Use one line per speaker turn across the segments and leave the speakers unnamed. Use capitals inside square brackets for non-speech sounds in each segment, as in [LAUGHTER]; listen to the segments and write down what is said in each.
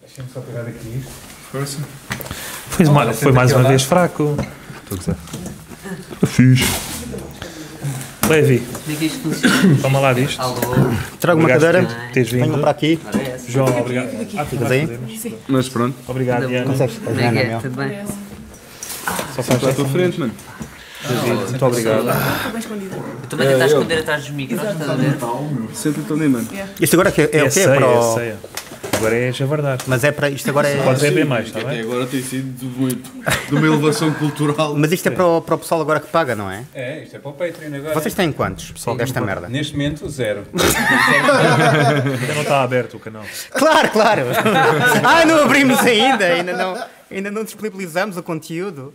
Deixa-me só tirar aqui isto.
Força.
Foi,
Olha,
ma-
senta
foi mais
aqui ao
uma
lado.
vez fraco. Estou a gozar. Fiz. Levi,
Como é que isto funciona?
toma lá disto.
Alô?
Trago uma
Obrigado
cadeira.
por teres
Venham
vindo.
para aqui.
Parece?
João, obrigado. Ah, tu vais
bem?
fazer, mas-
Mas pronto,
Obrigado, Diana.
Consegues?
Como é que é? Tudo bem?
Só faz
está à tua frente, mano.
Muito obrigado.
Ah, Eu também tentar esconder atrás dos micros, estás a ver?
Senta-te ali, mano.
Isto agora é, que- é
É
o quê?
ceia,
Para
é
o-
ceia. Agora é javardar.
Mas é para. Isto agora é.
Podes beber mais, está
Até
bem?
agora tem sido de muito. [LAUGHS] De uma elevação cultural.
Mas isto é para o, para o pessoal agora que paga, não é?
É, isto é para o Patreon agora.
Vocês têm quantos desta merda?
Neste momento, zero.
Ainda não está aberto o canal.
Claro,
[LAUGHS]
claro! ah, não abrimos ainda! Ainda não, ainda não disponibilizamos o conteúdo.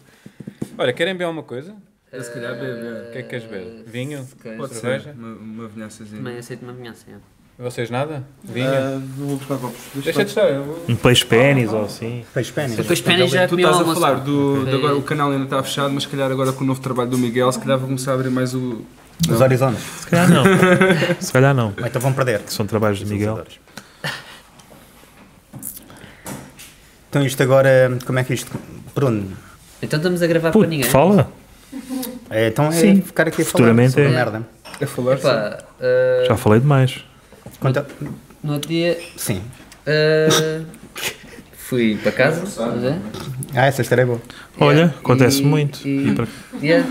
Olha, querem ver alguma coisa?
Eu se calhar bebe.
O que é que queres ver? Vinho?
calhar.
Pode ser.
cerveja?
Uma, uma vinhaçazinha.
Também aceito uma ameaça. é.
Vocês nada? Vinho?
Ah, não vou buscar copos.
Deixa de
estar.
estar. eu vou-
Um peixe pênis ou assim.
Pois pena.
Depois Penny já
Tu
comeu
estás a
almoço.
falar do, de
Ok.
agora, o canal ainda está fechado, mas se calhar agora com o novo trabalho do Miguel, se calhar vou começar a abrir mais o.
Os horizontes.
Se calhar não. [LAUGHS] Se calhar não.
Ou Então vão perder.
São trabalhos de Miguel.
Então isto agora. Como é que isto. Bruno.
Então estamos a gravar para
Puto,
ninguém.
fala.
É, então é
Sim.
ficar aqui a falar
Futuramente
sobre
é-
merda.
A falar? sim.
Pá, ah,
Já falei demais.
Conta-
no outro dia
Sim.
ah, fui para casa, estás a ver?
Ah, essa história é boa.
Olha,
Yeah,
acontece
e-
muito.
e-
E para-
Yeah.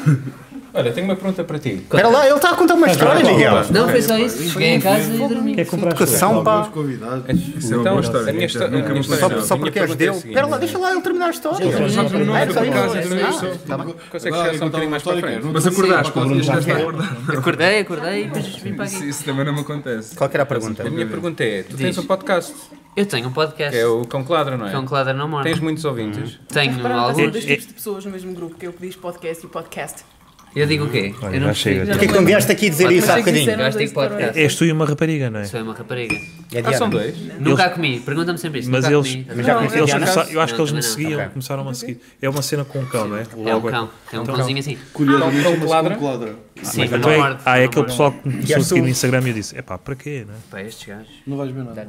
Olha, tenho uma pergunta para ti.
Espera lá, ele está a contar uma história, Miguel.
Não, foi só isso. Cheguei a casa e dormi.
Quer comprar
Educação, pá.
Isso é uma boa história.
a minha
então.
histó-
Nunca
a minha
me
história-
Só
Não,
só
a minha
porque és
pergunta é a
deu.
seguinte.
Espera lá, deixa lá ele terminar a história.
não,
Ah, é só
não,
isso.
não,
Ah,
não,
tá bem.
Consegues chegar
então,
só um bocadinho mais para frente?
Mas acordaste, quando ias gastar
Acordei, acordei e depois vim para
Isso,
aqui.
isso também não me acontece.
Qual que era a pergunta?
A minha pergunta é, tu
Diz.
tens um podcast,
Eu tenho um podcast.
que é o Cão Cladra, não
Que é um
é?
Cladra não morre.
Tens muitos ouvintes.
Tenho alguns.
é-
dois tipos de pessoas no mesmo grupo, que eu que diz podcast e podcast.
Eu digo o quê?
Olha,
eu não
já
percebi.
chega.
Porquê que não vieste aqui dizer
Mas
isso há
sei que
bocadinho?
Gajo tem podcast.
És tu e uma rapariga, não é?
Sou uma rapariga.
É
Ah, são
Diana.
dois?
Nunca a comi. Pergunta-me sempre isso.
Mas
Nunca a
eles,
comi. Então,
mas
já
não,
conheci
eles
Diana?
começaram- eu acho que
Não,
eles me
também não.
seguiam,
Ok.
começaram a seguir. É uma cena com um cão, não é?
É um cão. É um cãozinho assim.
Cão Cão Cladra?
Sim, mas
Então
não
é,
morde.
ah, é
não
aquele
morde.
pessoal que me começou a
és
seguir
tu?
no Instagram e eu disse: é pá, para quê, né?
Pá, estes gajos.
Não vais ver nada.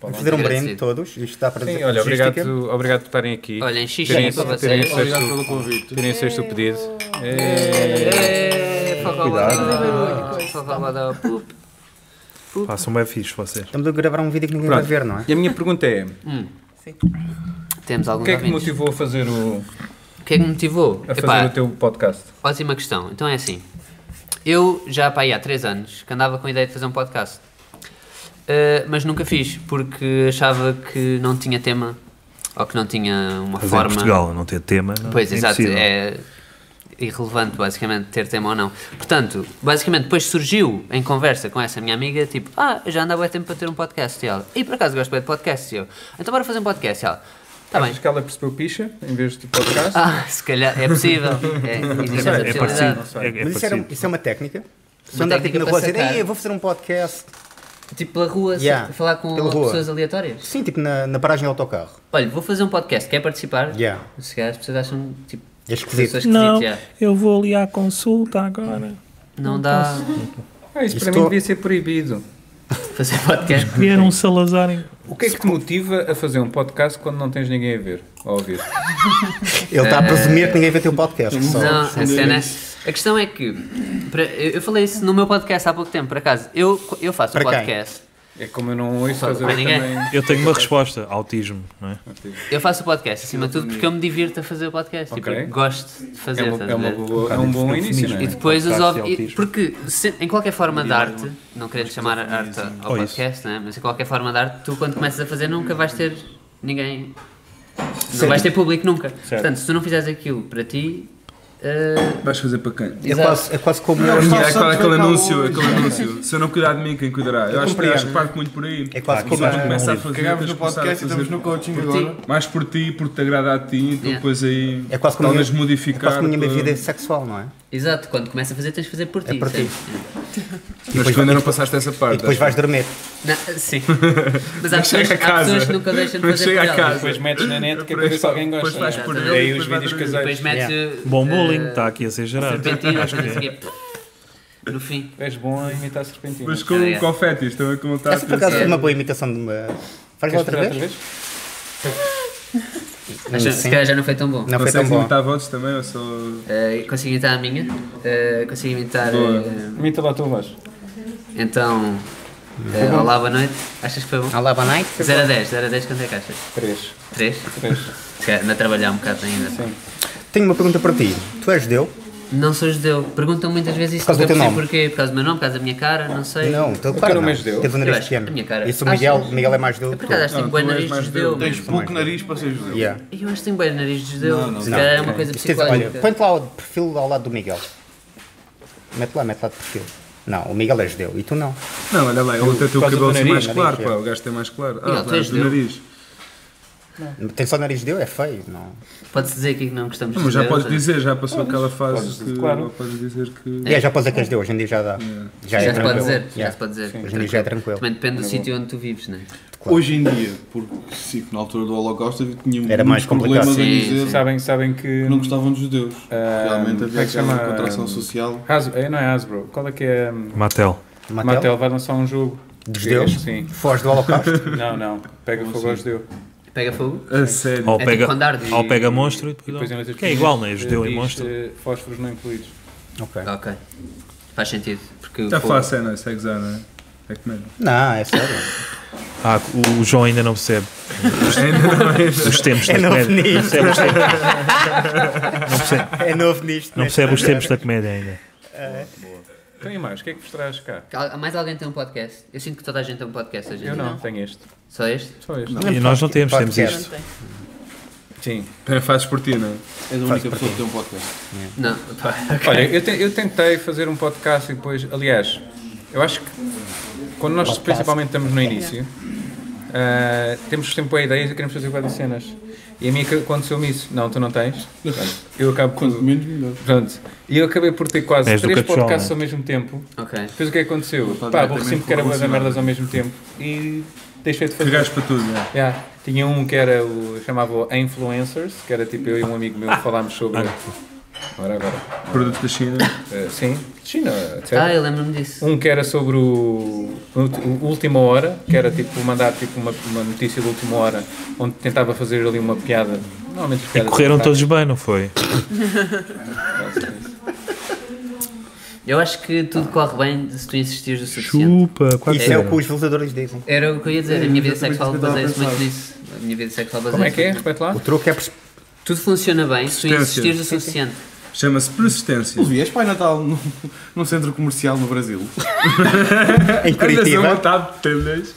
Vamos fazer um brinde
Agradecido.
todos. Isto dá para
Sim,
dizer.
olha, obrigado,
logística.
obrigado por estarem aqui.
Olha, enchi
terem
cheio para
terem
vocês.
acesso-
Obrigado pelo convite.
terem acesso ao pedido. É.
É, foca o badal. Foca o badal. Pup.
Pá, são bem fixos vocês.
Estamos a gravar um vídeo que ninguém vai
Pronto.
ver, não é?
E a minha pergunta é,
Temos
o
alguns
que é que te
ouvintes.
motivou a fazer o,
O que é que me motivou?
a fazer
Epá,
o teu podcast?
Ótima questão. Então é assim. Eu já pá, aí há 3 anos que andava com a ideia de fazer um podcast. Uh, mas nunca fiz, porque achava que não tinha tema ou que não tinha uma
Fazer é em
forma.
Portugal, não ter tema. Não,
Pois,
é
exato.
impossível.
É irrelevante, basicamente, ter tema ou não. Portanto, basicamente, depois surgiu em conversa com essa minha amiga, tipo, ah, eu já andava há tempo para ter um podcast. E ela, e por acaso gosto bem de podcast. E eu, então bora fazer um podcast. E ela, tá bem.
[LAUGHS]
Achas que ela percebeu picha em vez de podcast?
Ah, se calhar, é possível. É, existe essa
É,
possibilidade.
parecido. É, é
Mas isso, era-
parecido.
isso é uma técnica. Se andar tipo
técnica
na rua a
para
dizer,
sacar.
"Ei, eu vou fazer um podcast.
Tipo, pela rua, se-
Yeah,
falar com
pela rua.
pessoas aleatórias.
Sim, tipo na, na paragem do autocarro.
Olha, vou fazer um podcast, quer participar?
Yeah.
Se calhar as pessoas acham, tipo,
É esquisito.
pessoas
Não,
esquisitas, yeah.
eu vou ali à consulta
um né?
agora.
Não dá
Ah, isso para
Estou-
mim devia ser proibido.
fazer podcast.
[LAUGHS]
Criar um Salazar em.
O que é que te motiva a fazer um podcast quando não tens ninguém a ver, a ouvir?
Ele está a presumir que ninguém vê teu podcast. Só.
Não, a cena é- A questão é que, para- eu eu falei isso no meu podcast há pouco tempo, por acaso. Eu, eu faço
Para
um
quem?
podcast.
É como eu não ouço
Só
fazer
para ninguém.
também.
Eu tenho uma resposta: autismo, não é?
Eu faço o podcast, acima de tudo, porque eu me divirto a fazer o podcast.
Ok.
E porque gosto de fazer.
É, uma,
estás
é,
a
uma
ver?
boa- é um bom início, não
E
é?
depois os
Podcast e
ouv- e-
autismo.
Porque se- em qualquer forma de arte, não querendo chamar a arte ao
oh,
Ou
podcast, né? mas em qualquer forma de arte, tu quando começas a fazer nunca vais ter ninguém. Não vais ter público nunca. Portanto, se tu não fizeres aquilo para ti. eh,
Vais fazer para quem?
É
exato.
quase, é quase como
É aquele, aquele anúncio, aquele anúncio. Se eu não cuidar de mim, quem cuidará? Eu, acho, que- acho que parte muito por aí.
É quase como
Tu
a-
começa a fazer.
Cagámos
tens
no
que começar a
podcast e
fazer
estamos no coaching
ti.
agora.
Mais por ti, porque te agrada a ti, então
Yeah.
depois aí
é quase como a
talvez
minha- é
modificar.
quase como a minha
tua-
vida sexual, não é?
Exato, quando começa a fazer tens de fazer
É
por ti.
por ti.
sempre.
Mas tu ainda não passaste essa parte.
E depois vais dormir.
Não, eh, sim.
[LAUGHS]
Mas há pessoas,
chega a
há pessoas
casa.
que nunca deixam de
Mas
fazer
chega a
por elas.
casa.
Depois metes na net que é para
Depois
ver se alguém
faz-
gosta.
depois faz por
não é?
ele,
Daí
depois
os
vai
vídeos
dormir.
caseiros.
Depois metes.
Bom
eh,
bullying está aqui a ser gerado.
Serpentinas, não sei
[LAUGHS]
o quê. No fim.
Tu És bom a imitar serpentinas.
Mas com, com o fetish, também como está a
Essa por acaso
pensar.
foi uma boa imitação de uma. Faz lá
Queres
outra
fazer
vez?
vez?
Acho,
Sim.
se calhar já não foi tão bom.
Não foi tão
Consegues
bom.
imitar votos também ou só.
Eh, consigo imitar a minha? Eh, consigo imitar.
Boa.
eh,
Imita lá a tua voz.
então. eh,
Uhum.
olá, boa noite. Achas que foi bom?
Olá, boa noite.
0 a 10, 0 a 10, quanto é que achas?
3.
3?
3.
Se calhar ainda trabalhar um bocado ainda.
Tenho uma pergunta para ti. Tu és judeu?
Não sou judeu. Perguntam muitas vezes isso.
Por causa do
nunca
teu
percebi
nome.
Porquê? Por causa do meu nome, por causa da minha cara, não sei.
Não, teu
cara
cara não.
não é judeu.
Tens um
Eu
nariz
acho,
pequeno.
a minha cara.
Isso o Miguel,
Achas?
Miguel é mais judeu.
Eu por acaso acho que tenho
Não,
bem
Ah, tu és
nariz de
mais
judeu.
judeu.
mas-
Tens pouco nariz para ser judeu.
Yeah.
Eu acho que tenho bem nariz de judeu.
não,
Se
não.
calhar é uma coisa
Isto é- Olha,
psicológica.
põe-te lá o perfil ao lado do Miguel. Mete lá, mete lá de perfil. Não, o Miguel é judeu e tu não.
Não, olha lá, ele até tem o
Por causa
cabelo
do
assim mais
nariz,
claro,
nariz,
pá.
é.
O gajo tem mais claro.
Não,
Ah,
tu
pá,
és
do
judeu.
nariz.
Tem só nariz judeu, é feio. Não.
Pode-se dizer aqui que não gostamos
Não, mas
de
já
judeus,
podes
é?
dizer, já passou aquela
podes
fase
dizer,
que.
claro.
Podes dizer que.
É, já pode dizer que és judeu, hoje em dia já dá. Já
Já
é
se pode
tranquilo.
dizer, já
Yeah.
se pode dizer.
Hoje em dia já é tranquilo.
Também depende do sítio onde tu vives, não é?
Hoje em dia, porque sim, na altura do Holocausto havia- tinha
Era
muitos
mais complicado.
problemas em
Sim,
dizer
Sabem, sabem que.
que não gostavam de judeus.
Ah,
Realmente
como
havia
é que
aquela
chama?
contração social.
Has... eh, Não é Hasbro. Qual é que é. hum,
[LAUGHS] Matel.
Matel?
Mattel vai lançar um [LAUGHS] jogo.
Dos judeus?
Sim.
Foge do [LAUGHS] holocausto?
Não, não. Pega fogo aos judeus.
Pega fogo?
A sério.
Ou
tipo
pega,
com dardos.
ou pega monstro e
E
depois.
depois em letras
que é igual, não é?
pequenas,
Judeu
eh,
e
diz,
monstro.
eh, Fósforos não incluídos.
ok.
Ok. Faz sentido. Porque o
Está
fogo-
fácil, é, não é? Segue já, não é? É que mesmo.
Não, é sério.
Ah, o- o João ainda não
[LAUGHS]
percebe
Ainda não é.
os tempos da
É novo
comédia. Não
nisto.
percebe os tempos. Não percebe,
É novo nisto.
não percebe os tempos da comédia ainda.
Então e mais? O que é que vos traz cá?
Al- Mais alguém tem um podcast? Eu sinto que toda a gente tem um podcast hoje em
Eu
dia.
não, tenho este.
Só este?
Só este.
é
E nós não temos, temos
Podcast.
isto.
Sim.
Espera, Fazes por ti, não é?
És a única pessoa que tem um podcast.
Não. Pá.
Olha, eu, te- eu tentei fazer um podcast e depois, aliás, eu acho que quando nós principalmente estamos no início, ah, temos sempre boas ideias e queremos fazer várias cenas. E a mim que- aconteceu-me isso. Não, tu não [LAUGHS] tens. Pronto, Eu acabo por,
Quanto menos, melhor.
pronto. E eu acabei por ter quase
És do
três
Capitão,
podcasts
não é?
ao mesmo tempo.
Ok.
Depois o que é que aconteceu?
Está
Pá,
diretamente
vou sempre que era boas
relacionado.
merdas ao mesmo tempo e deixei de fazer.
Cagaste para tudo, não é?
Yeah. Tinha um que era o. chamava o Influencers, que era tipo eu e um amigo meu falámos sobre. Ora, agora.
Produto da China.
Eh, sim, China, etc.
Ah, eu lembro-me disso.
Um que era sobre o, o Última Hora, que era tipo mandar tipo, uma, uma notícia da última hora, onde tentava fazer ali uma piada. Normalmente as
E
piadas
É correram
são
todos bem, não foi?
Eu acho que tudo corre bem se tu insistires o suficiente.
Chupa, quase.
Isso é o que os veledores dizem.
Era o que eu ia dizer, a minha vida sexual
exatamente
baseia-se
isso que eu estava
muito
a
nisso. A minha vida sexual
Como é
baseia-se
que é?
muito-
Repete lá.
O truque [LAUGHS] é... pers-
Tudo funciona bem se tu
Substância.
insistires o suficiente.
Chama-se persistência.
Tu vias Pai Natal num, num centro comercial no Brasil?
Em
Andas a
Curitiba...
matar de tendas.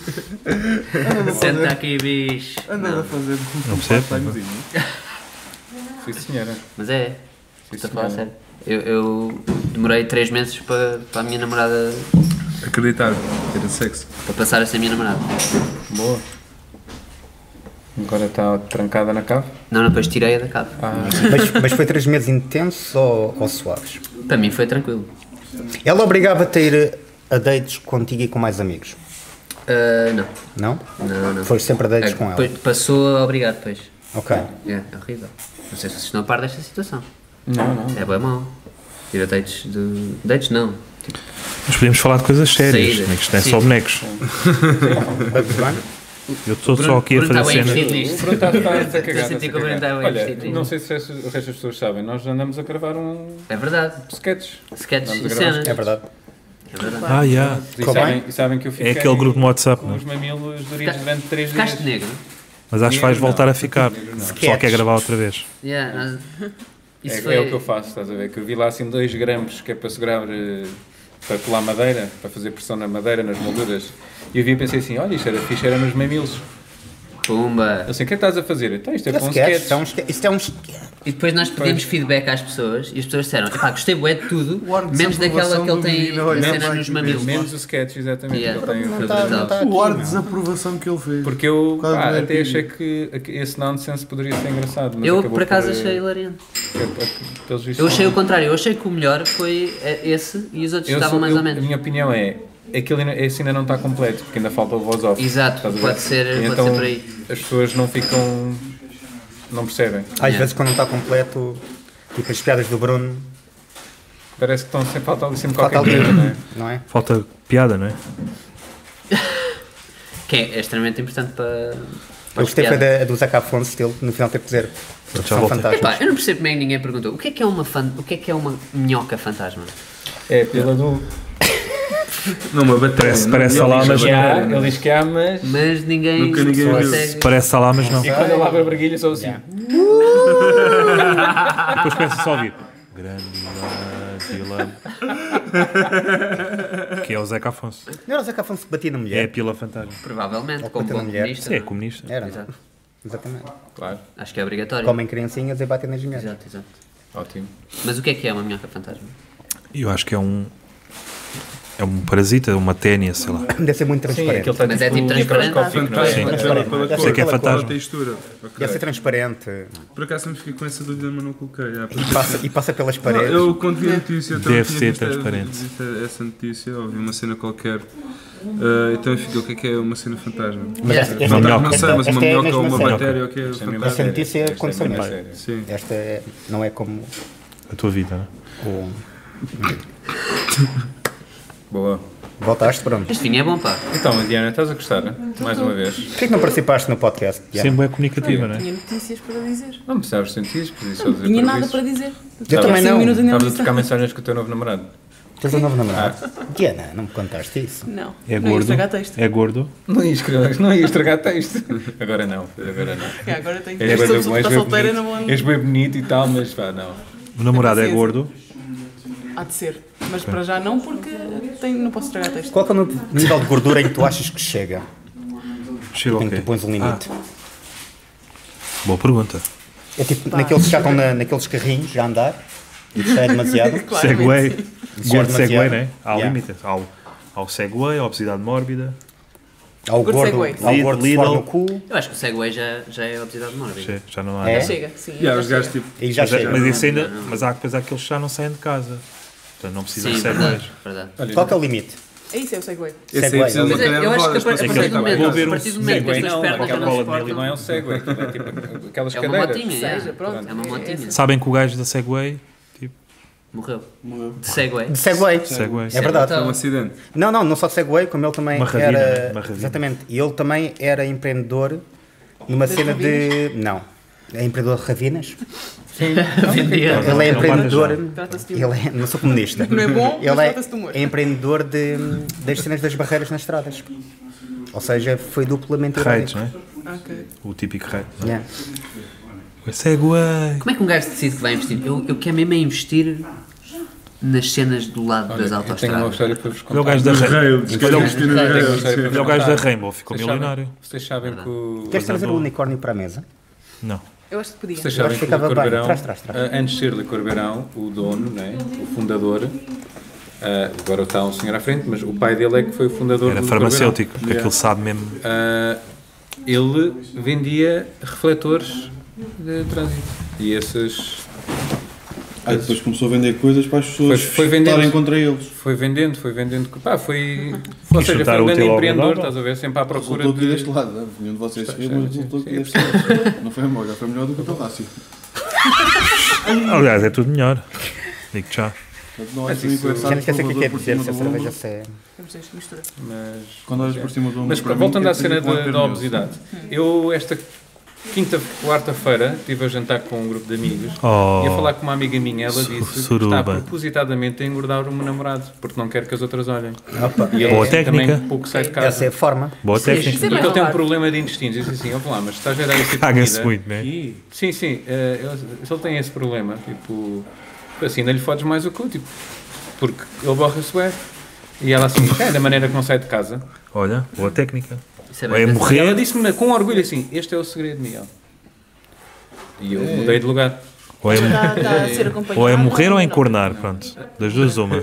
Senta aqui, bicho.
Andas a fazer um
Não percebo,
part-timezinho.
Sim, senhora.
Mas é,
Sim,
estou a falar a
senhora.
sério. Eu, eu demorei três meses para, para a minha namorada,
Acreditar. Era sexo.
para passar a ser minha namorada.
Boa. Agora está trancada na cave.
Não, não, depois tirei-a da casa.
Mas, mas foi três meses intensos ou, ou suaves?
Para mim foi tranquilo.
Ela obrigava-te a ir a dates contigo e com mais amigos,
Ah, não,
não?
não, não.
Foi sempre a dates
É,
com ela.
depois Passou a obrigar depois.
Ok.
É, é horrível. Não sei se vocês estão a par desta situação.
Não, não.
É bem mau. Ir a dates de... Dates não.
Mas podemos falar de coisas sérias,
Saída.
né, que isto não é
Sim.
só bonecos.
Bebe bem?
Eu estou só aqui a
Bruno está
fazer
bem
cenas.
vestido nisto.
Pronto, está está tá- a
Eu
cagar.
senti que o
está a
Bruno
cagar.
estava bem
Olha,
vestido.
não sei se o resto o resto das pessoas sabem, nós andamos a gravar um
É verdade.
sketch.
Sketches
Vamos
de
gravar
cenas.
É verdade.
É verdade.
Ah, yeah.
E
Como é?
sabem, e sabem que eu fiquei
é aquele grupo no WhatsApp,
com
não é?
os mamilos durinhos
Fica-
durante três dias.
Ficaste negro?
mas acho que vais
Não,
voltar a ficar. Só quer
Sketches.
gravar outra vez.
Yeah,
[LAUGHS]
nós- Isso
é,
foi...
é o que eu faço, estás a ver? Que eu vi lá assim 2 gramas que é para segurar, eh, para colar madeira, para fazer pressão na madeira, nas molduras. E eu vi e pensei assim: olha, isto era fixe, era nos mamilos.
Pumba.
Eu sei, o que é que estás a fazer? Então, isto é
É
para um
sketch,
sketch.
isto é um sketch. Isto é um sketch.
E depois nós pedimos feedback às pessoas e as pessoas disseram: Epá, gostei bué de tudo,
O ar de
menos daquela
desaprovação
que ele
do
tem
menino, olha,
a cena
vai
nos
que
mamilos.
Menos o sketch, exatamente.
Yeah.
que ele tem,
Foi
foi brutal.
brutal.
O ar de desaprovação que ele fez.
Porque eu
Quase
pá,
não é
até
pedido.
achei que que esse nonsense poderia ser engraçado. Mas
Eu
acabou
por acaso
por, eh,
achei hilariante.
que- que- que- pelos vistos,
Eu achei
não.
o contrário, eu achei que o melhor foi eh, esse e os outros
Eu
estavam
sou-
mais
eu-
ou
A
menos.
minha opinião é. Aquilo ainda, esse ainda não está completo, porque ainda falta o voz off.
Exato,
estás a ver?
pode ser-
E
pode
então,
ser por aí.
As pessoas não ficam. não percebem.
Às vezes quando não está completo, tipo as piadas do Bruno,
Parece que estão sem falta ali sempre
falta
qualquer
alguém,
coisa, não é?
não é?
Falta piada, não é?
Que é extremamente importante é para,
Eu
Faz
gostei foi
piada.
da, do Zac Afonso, estilo, no final teve que dizer. São
volto.
fantasmas.
Epá, eu não percebo como é que ninguém perguntou. O que é que é uma, fan... o que é que é uma minhoca fantasma?
É pila do.
Não, uma bateria.
Parece-
não,
parece
não,
lá,
não,
mas-
não,
Que há,
não.
ele diz que há, mas.
Mas ninguém,
Nunca ninguém viu.
consegue.
Parece lá, mas não.
E quando ele abre a barguilha, só assim.
Depois começa só a ouvir. Grande Vila. Que é o Zeca Afonso.
Não era o Zac Afonso que batia na
É a
mulher?
pila fantasma.
Provavelmente,
Ou
como
contra
bom
a mulher.
comunista.
É comunista.
Era.
Exato.
Exatamente.
Claro,
Acho que é obrigatório.
Comem criancinhas e batem nas mulheres.
Exato, exato.
ótimo.
Mas o que é que é uma minhoca fantasma?
Eu acho que é um. É um parasita, uma ténia, sei lá.
Deve ser muito
Sim,
transparente.
aquilo está
Mas é tipo transparente.
não é?
Fantasma,
Sim.
pela- pela
Deve
cor,
ser que é
pela cor,
fantasma.
textura.
tá
Ok.
Deve ser transparente.
Por acaso sempre fiquei com essa dúvida, mas não coloquei. já, porque-
E passa, e passa pelas
Não,
paredes.
eu quando vi a notícia, eu também
Deve
tinha
ser
visto a-
transparente.
visto essa notícia, ouvi uma cena qualquer. Ah, então eu fiquei, o que é que é uma cena fantasma?
Mas é esta- esta-
Fantasma, não
esta-
sei, mas uma
esta é a
minhoca ou uma
mesma cena.
bactéria, o que é
Esta
fantasma?
notícia aconteceu mesmo.
Sim.
Esta é- não é como
A tua vida, né?
o.
Boa.
Voltaste, pronto.
Este vinho é bom, pá.
Então, Diana, estás a gostar, né? mais uma vez.
Porquê que não participaste no podcast? Tiago?
Sempre é comunicativa, né?
Tinha notícias para dizer.
Não precisavas sentir, podia só dizer
Tinha
para
nada
isso.
para dizer.
Eu também
Sim, um
não.
minuto ainda
Estavas
não
a trocar
disse.
mensagens com o teu novo namorado.
Tens um novo namorado? Diana, não me contaste isso.
Não.
É
não ia
gordo.
estragar texto.
É gordo.
Não ia escrever, não ia estragar texto. [LAUGHS] Agora não, agora não.
É, agora tenho que
És
Esta
bem,
pessoa que está solteira não é um- vou.
bonito, és bem bonito e tal, mas pá, não.
O namorado é gordo.
Há de ser. Mas para já não, porque tenho- não posso estragar texto.
Qual que é o no- nível de gordura em que tu achas que chega?
Cheiro
Em que tu pões um limite?
Boa pergunta.
É tipo naqueles que já estão na- naqueles carrinhos a andar e que já é demasiado.
[LAUGHS]
Claramente,
Segway.
sim.
é- Gordo
Demasiado.
segway, né? Há
Yeah.
limites. Há o, há o segway, a obesidade mórbida.
Ao
Gordo
gordo,
Segway.
ao gordo de suor
Lidl.
no cu
Eu acho que o Segway já, já é obesidade mórbida.
Já, já não há.
É?
né?
Chega, sim.
E há os
já
gajos tipo.
chega.
e já
Mas, é-
chega.
mas isso ainda. Mas há depois aqueles que já não saem de casa. Portanto, não precisam
Sim,
de
verdade,
segways.
verdade.
Qual que é o limite?
É isso, é o Segway.
Esse aí
Segway.
precisa de uma
Mas eu-
cadeira é
eu
de
acho que a
rodas.
partir
para
do
sair da
momento,
Vou ver
a
um
partir do momento que as
Segway
tuas
não,
pernas já
é aquela
não
bola de milho não
suportam,
é um segue, aquilo é tipo aquelas
é uma
cadeiras.
motinha.
Seja,
é.
pronto.
É uma motinha.
Sabem que o gajo da segway. Tipo,
Morreu. De é. Segway.
De Segway.
segway.
É verdade.
Um acidente.
Não, não, não só de Segway, como ele também
Uma ravina,
era.
né? Uma ravina.
Exatamente. E ele também era empreendedor numa cena de. Não. É empreendedor de ravinas?
Vendia.
ele é
não
empreendedor.
Trata-se de um-
Ele é, não sou comunista.
Não é bom, mas
ele é,
trata-se de humor.
é empreendedor de, das cenas das barreiras nas estradas. Ou seja, foi duplamente
Raids,
irónico.
né?
Ok.
O típico é? raid.
Yeah.
Segway.
Como é que um gajo decide que vai investir? Eu, eu quero mesmo é investir nas cenas do lado das
Olha, eu tenho uma
autoestradas.
história para vos
Olha É o
contar.
gajo da Rainbow.
Rails, que é um espinho de
Rails.
rails.
Olha é o gajo da Rainbow. Ficou milionário.
Vocês sabem que o...
Queres trazer o unicórnio para a mesa?
Não.
Eu acho que podia.
Vocês
Eu acho
sabem
que
que o
ficava bem.
Corberão,
Traz, traz, traz.
ah, antes de ser Licor Beirão, o dono, né, o fundador, ah, agora está um senhor à frente, mas o pai dele é que foi o fundador
Era
do
farmacêutico.
Licor
Porque aquilo sabe mesmo.
Beirão. Ah, ele vendia refletores de trânsito. E esses
Aí depois começou a vender coisas para as
Foi-
pessoas
foi vendendo.
lutarem contra eles.
foi vendendo, foi vendendo.
[LAUGHS]
Pá, foi. Ou seja,
juntar
foi um
o
grande
útil ao
empreendedor,
agradável.
estás a ver? Sempre à procura
Resultou aqui
de.
deste lado. né? Nenhum de vocês se riu,
sim,
mas resultou aqui deste lado. Não foi a melhor, foi melhor do que o Talácio.
Aliás, é tudo melhor. Digo já.
Portanto, não olhes para mim
isso-
com essa
Já
cara
não
de
esquece o que é que quer
salvador por
dizer,
cima
se a
do
cerveja
ombro.
se é.
Temos dois, mistura.
Mas,
Quando olhas por cima do ombro.
Mas
um para mim,
voltando
quer
à
dizer
cena
que não é
da, da
pernil.
obesidade, eu esta quinta, quarta-feira, estive a jantar com um grupo de amigos
Oh,
e a falar com uma amiga minha, ela disse que
suruba.
está propositadamente a engordar o meu namorado, porque não quer que as outras olhem.
Opa,
E ele
Boa
disse que
técnica.
Também pouco sai de
essa
casa.
é a forma.
Boa técnica.
Sim,
Porque
mas
ele tem um
claro.
problema de intestinos. Diz assim, vamos lá, mas estás a dar esse tipo de
Caga-se
comida?"
muito, né?
Sim, sim. eh, ele- se ele tem esse problema, tipo, assim, não lhe fodes mais o cu, tipo, porque ele borra-se ué. E ela assim, é, da maneira que não sai de casa.
Olha, boa técnica.
Isso é
Vai
bem pensado.
Ela
morrer
disse-me com orgulho assim: Este é o segredo, Miguel. E eu mudei de lugar.
ou é,
Está, está a ser acompanhado.
ou é morrer ou é encornar, pronto. Das duas uma.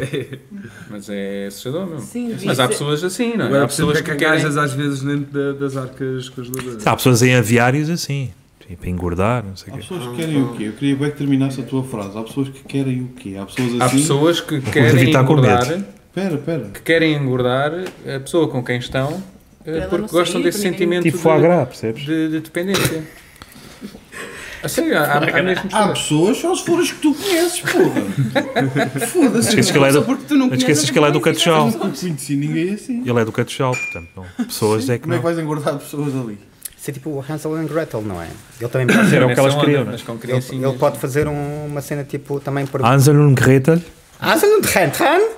Mas é assustador mesmo.
Sim, devia
Mas há
ser.
pessoas assim, não é?
Agora
Há
pessoas
pessoas
que
que querem.
gajas às vezes dentro da- das arcas congeladoras.
Há pessoas em aviários assim, para engordar, não sei
Há
o quê.
pessoas que querem o quê? Eu queria bem que terminasse a tua frase. Há pessoas que querem o quê? Há pessoas
Há
assim.
pessoas que
David
querem
está com
engordar,
Pera, pera.
que querem engordar eh, a pessoa com quem estão eh,
ela
porque
não sair,
gostam desse
para ninguém-
Tipo
sentimento de,
percebes?
de- de dependência. A sério, há, há, há mesmo
Ah,
Há pessoas, só se forem as que tu conheces,
[LAUGHS]
porra. Foda-se.
Esqueces que ele é do-
Só porque tu não
Não te esqueças
conheces
que ele é do
essas
Catechal.
pessoas. Não conheci ninguém assim.
Ele é do Catechal, portanto, não. pessoas é que
Como é
não.
que vais engordar pessoas ali?
Isso é tipo o Hansel and Gretel, não é? Ele também
[COUGHS]
pode,
Era o que
Nessa
elas
onda,
queriam, né?
Mas com
ele,
criancinhas.
ele pode fazer um- uma cena tipo também por. Ah,
Hansel und Gretel.
Hansel and Gretel?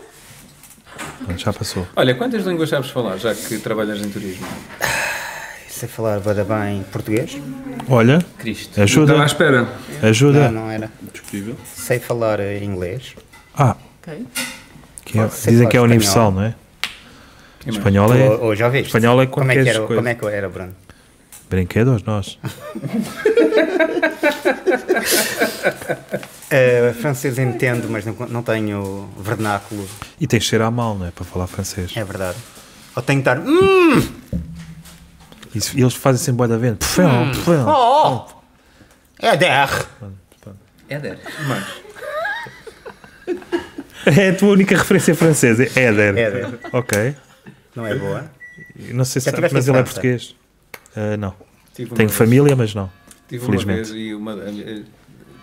Pronto, Já passou.
Olha, quantas línguas sabes falar, já que trabalhas em turismo?
Sei falar bada bem português?
Olha,
Cristo.
Estava à
ajuda,
espera.
Não,
ajuda.
não era.
Discutível.
Sei falar eh, inglês.
Ah,
Ok. [LAUGHS]
que é-
Sei
dizem
falar
que é universal,
espanhol.
não é?
E mais?
Espanhol é
Ou, ou já viste?
Espanhol é quando
como é que
queres
era,
coisa.
Como é que era, Bruno?
brinquedos, nós.
Eh, francês entendo, mas não, não tenho vernáculo.
E tens de ser à mão, não é? Para falar francês.
É verdade. Ou tenho que estar. "Hum,
Isso- e eles fazem sempre boa da venda. Pufão, pufão.
oh, oh, é DR.
Éder.
É a tua única referência francesa. É Éder.
Éder.
Ok.
Não é boa?
Eu Não sei se
Já
sabes,
tiveste
mas
em
ele é
França?
português. Ah, não.
Tive uma
Tenho
vez-
família, mas não.
Tive
felizmente.
uma vez e uma,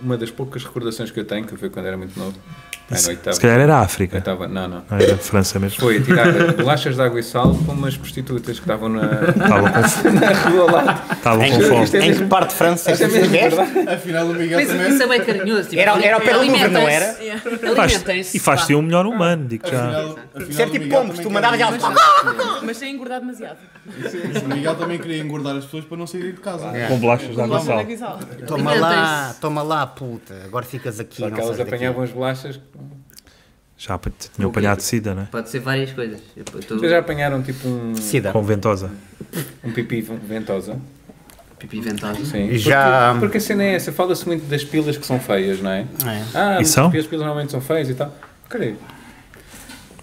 uma das poucas recordações que eu tenho, que foi quando era muito novo, à
Se,
noite
se calhar era a África.
estava. Não, não.
Não era França mesmo.
Foi tirar bolachas de água e sal para umas prostitutas que estavam na,
Estavam com, fo-
na rua lá.
estavam
Em,
com
é-
fome.
em que parte de França
Isto é mesmo verdade.
Afinal, o Miguel
Mas
também.
isso é bem carinhoso. Tipo,
Era- era o pé do Louvre, não era?
Faz-
Alimentem-se.
e faz-te
pá.
um melhor humano, digo já.
Afinal, afinal,
Isso é
o
tipo
Miguel
pombos,
também
tu mandavas
queria-
elas.
Mas sem engordar demasiado.
O Miguel também queria engordar as pessoas para não saírem de casa.
Com bolachas de água e
Não,
sal.
não é guisal.
Toma lá, toma lá, puta. Agora ficas aqui.
Só
Não
que elas
sais daqui.
apanhavam as bolachas.
Já pa- tinha apanhado de sida, não é?
Pode ser várias coisas. Eu tô-
Vocês já apanharam tipo um,
Sida.
Com ventosa.
um pipi ventosa?
Pipi ventado.
Sim. Porque-
Já-
Porque, a cena é essa, fala-se muito das pilas que são feias, não é?
É.
Ah,
E
mas
são?
os pipis pilas normalmente são feios e tal. Creio.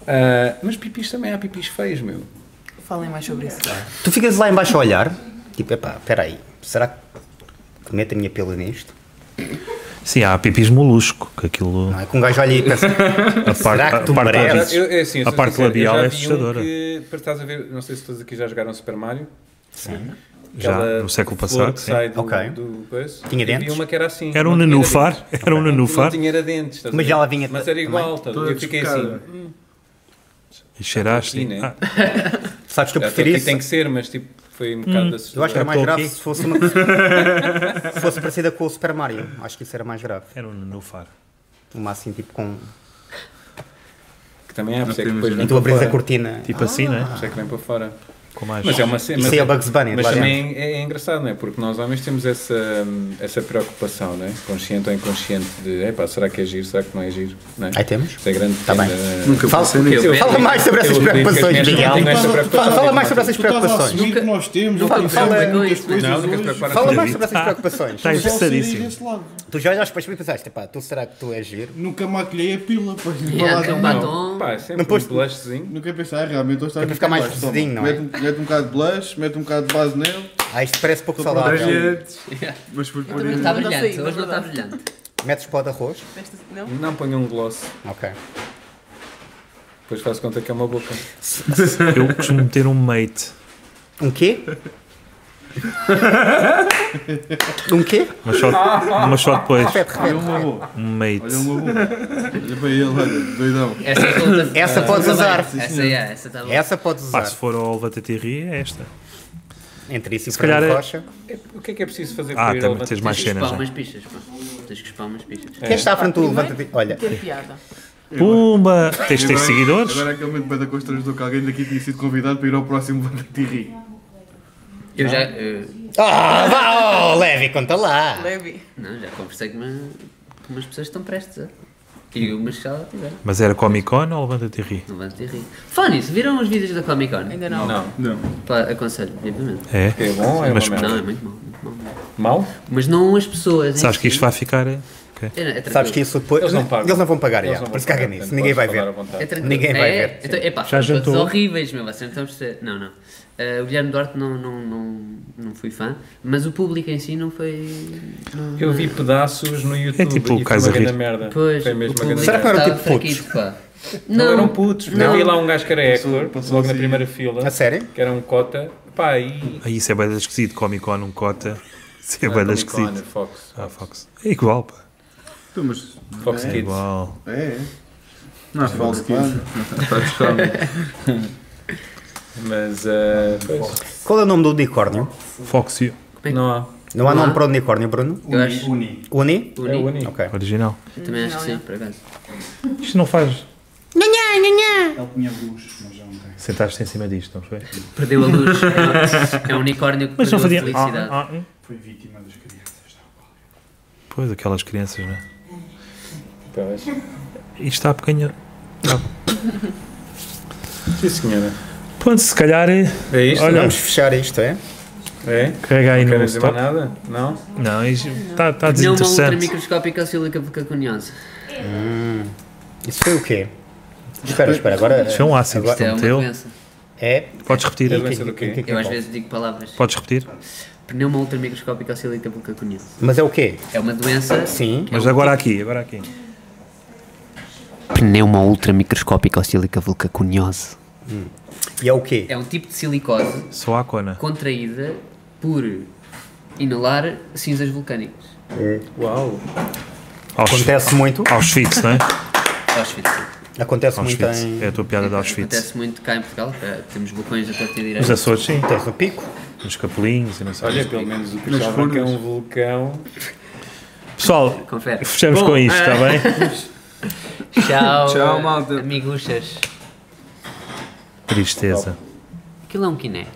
Ah, mas pipis também há pipis feios, meu.
Falem mais sobre isso.
Tu ficas lá embaixo a olhar, tipo, epá, peraí, será que meto a minha pila nisto?
Sim, há pipis molusco, que aquilo.
Não é que um gajo olha e
[LAUGHS]
pensa,
A
será que tu
parte
mereces?
Cara,
labi-
eu- é assim, eu
a
sou
parte
sincero,
labial
eu já
é
vi um
assustadora.
que- para estás a ver, não sei se todos aqui já jogaram Super Mario.
Já
Aquela
no século
flor
passado.
que
sim.
sai do,
Ok.
do coisa.
Tinha
E vi
dentes?
uma que era assim.
Era um
não tinha
nenúfar,
dentes.
era um
Não
nenúfar.
tinha era dentes. estás a
Mas
ver?
ela vinha
Mas
ta-
era igual, estás a ver? eu fiquei assim.
desfocada.
E cheiraste.
Sim, né?
Ah,
sabes que eu
já estou aqui,
preferi isso?
tem É, que ser, mas tipo, foi um
Hum.
bocado
Eu acho que
assustador.
era mais
Estou
grave
aqui.
se fosse uma
[LAUGHS]
se fosse parecida com o Super Mario. Acho que isso era mais grave.
era um nenúfar.
Uma assim, tipo, com...
Que também é, por isso é que
Não temos
depois
E
vem
tu
para
abres Então a
fora.
cortina.
Tipo assim, né?
Por isso é que vem para fora.
Com mais.
Mas é uma cena.
Ah. Isso
mas-
é o Bugs Bunny,
Mas
lá
também é, é engraçado, não é? Porque nós homens temos essa, hum, essa preocupação, não é? Consciente ou inconsciente de, epá, será que é giro, será que não é giro? Não é?
Aí temos.
Isso é grande.
Está bem.
Nunca
Fala-
pensei nisso.
Eu-
Fala mais sobre essas
eu digo que as
preocupações,
minhas não
Miguel.
têm essa
Fala-
preocupação. é?
Fala mais é sobre essas
Tu estás a
preocupações.
assumir que nós temos, ou
Fala-
que
fala-
temos muitas coisas
Não, nunca se
hoje.
prepara
Fala
para
mais
isso.
sobre essas
Ah,
preocupações.
tá.
Mas só saírem
Interessadíssimo.
desse lado.
Tu já olhas para as pessoas e pensaste, pá, tu será que tu és giro?
Nunca maquilhei a pílula,
É,
pois.
E
um
há aquele batom.
Pá, é sempre
Não
um
posto-
blushzinho.
Nunca pensei, ah, realmente hoje está
É para ficar mais fedidinho, não é?
Mete um, mete um bocado de blush, mete um bocado de base nele.
Ah, isto parece pouco saudável.
Brilhantes. Mas por por
Não
isso.
está
Não tá
brilhante.
saindo,
Hoje não
é
está
verdade.
brilhante.
Metes pó de arroz?
Esta- Não?
Não ponho um gloss,
Ok.
depois faço conta que é uma boca.
Eu costumo ter um mate,
Um quê? um quê?
mas só, mas
Ah,
só depois.
Repete,
Olha
repete.
uma boa.
Um mate.
Olha uma boa. Olha para ele, olha, doidão.
Essa é outra-
Essa
Ah,
podes
tá bem.
usar.
Essa é, essa está boa.
Essa podes
Pá,
usar.
se for ao Levatatirri, é esta.
Entre isso e
Se
Fernando
calhar é-
Rocha.
É- O que é que é preciso fazer
Ah,
para ir
tem-
ao
tens
levantamento?
mais
Tens que
cenas.
espalhar
né?
umas pichas. pá. Tens que espalhar umas pichas.
Quem está à frente do
é?
levanta Olha,
Ter piada.
Pumba! Tens de ter
Agora-
seguidores?
Agora é aquele momento bem constrangedor que alguém daqui tinha sido convidado para ir ao próximo Bandatirri.
Eu já. eh,
Ah, vá, oh, Levi, conta lá.
Levi.
Não, já conversei com, uma, com umas pessoas que estão prestes a. E umas que já lá tiveram.
Mas era Comic Con ou Levanta-te-ri?
Não vamos ter rir. Fala nisso, viram os vídeos da Comic Con?
Ainda
Ah,
não.
Não.
Pá, aconselho, vivamente.
É.
É bom, é
Mas-
uma
Não, é
merda.
muito bom, muito bom.
Mal?
Mas não as pessoas. em
Sabes que
si.
isto vai ficar. é? Ok.
É, é tranquilo.
Sabes que isso depois.
Eles não pagam.
Eles não vão pagar,
Eles
já.
não
Por isso
vão
caga
pagar,
nisso.
portanto,
Ninguém vai
podes falar
ver.
à vontade.
É tranquilo.
Ninguém vai
é,
ver,
Então, é pá,
Já
foram todos
jantou?
horríveis, meu, vocês não estão a perceber. Não, não. Eh, o Guilherme Duarte não, não, não, não fui fã, mas o público em si não foi. Não,
Eu vi pedaços no YouTube.
tipo o
e foi
Kaiser
uma grande
Rir.
merda.
Pois,
Foi mesmo
o
uma grande
público
Será que não
merda.
eram
estava
tipo putos?
fraquito, pá.
Não,
Não,
eram putos.
não.
Vi lá um gajo que era Eckler,
passou
logo na
assim.
primeira fila.
A sério?
Que era um cota. Pá, e...
Aí isso é bem esquisito. Comic Con, um cota. Isso é bem
Comic
esquisito.
Con, Fox.
Ah, Fox. É igual, pá.
Tu,
Então,
mas.
Fox
É
Kids.
igual.
É, é.
Não,
Vale
fala-se
de pano.
Está a
Mas, eh, pois,
Qual é o nome do unicórnio?
Foxy.
não há.
Não há
Não
nome
há.
para o unicórnio, Bruno?
Eu acho.
Uni.
Uni?
É o
Uni.
único.
Ok.
Original.
Também acho que sim, por acaso.
Isto não faz.
Ele tinha luz, mas já não tem.
Sentaste em cima disto, não foi?
Perdeu a luz. É um- É um unicórnio que
Mas
perdeu
não
a
fazia.
felicidade.
Ah, ah,
Foi vítima das crianças.
ah. Pois, aquelas crianças, né?
Pois.
Isto está pequeno.
Sim, senhora.
Pronto, se calhar. eh,
É isto?
Olha.
Vamos fechar isto, é?
É?
Carrega aí
Não
no
querem dizer mais
stop.
nada? Não?
Não, isto está tá
Não uma ultra
desinteressante.
microscópica sílica pecunhosa.
Isso foi o quê? Espera, espera, agora.
Isto é um ácido
Agora-
Isto é uma
Meteu.
doença.
É.
Podes
É
repetir.
bem- doença do quê?
que- que-
Eu às vezes digo palavras.
Podes repetir.
Pneuma ultramicroscópica sílica pecunhosa.
Mas é o quê?
É uma doença.
Sim.
Mas agora aqui, agora aqui.
Pneuma ultramicroscópica sílica vulcacuniosa.
E é o quê?
É um tipo de silicose
Só há cona.
contraída por inalar cinzas vulcânicas.
Uau!
Auschwitz,
Acontece muito.
Auschwitz não é?
Auschwitz.
Acontece muito
Auschwitz.
em.
É a tua piada de Auschwitz.
Acontece muito cá em Portugal. eh, Temos vulcões a torta e direita.
Nos Açores, sim.
Acontece no pico.
Nos Capelinhos e não sei.
Olha, É, pelo menos o Cristal
folhas.
Branco é um vulcão.
Pessoal,
Confere.
fechamos com isto,
ah.
está bem?
Tchau,
Tchau, malta.
amiguchas.
Tristeza.
Aquilo é um quiné.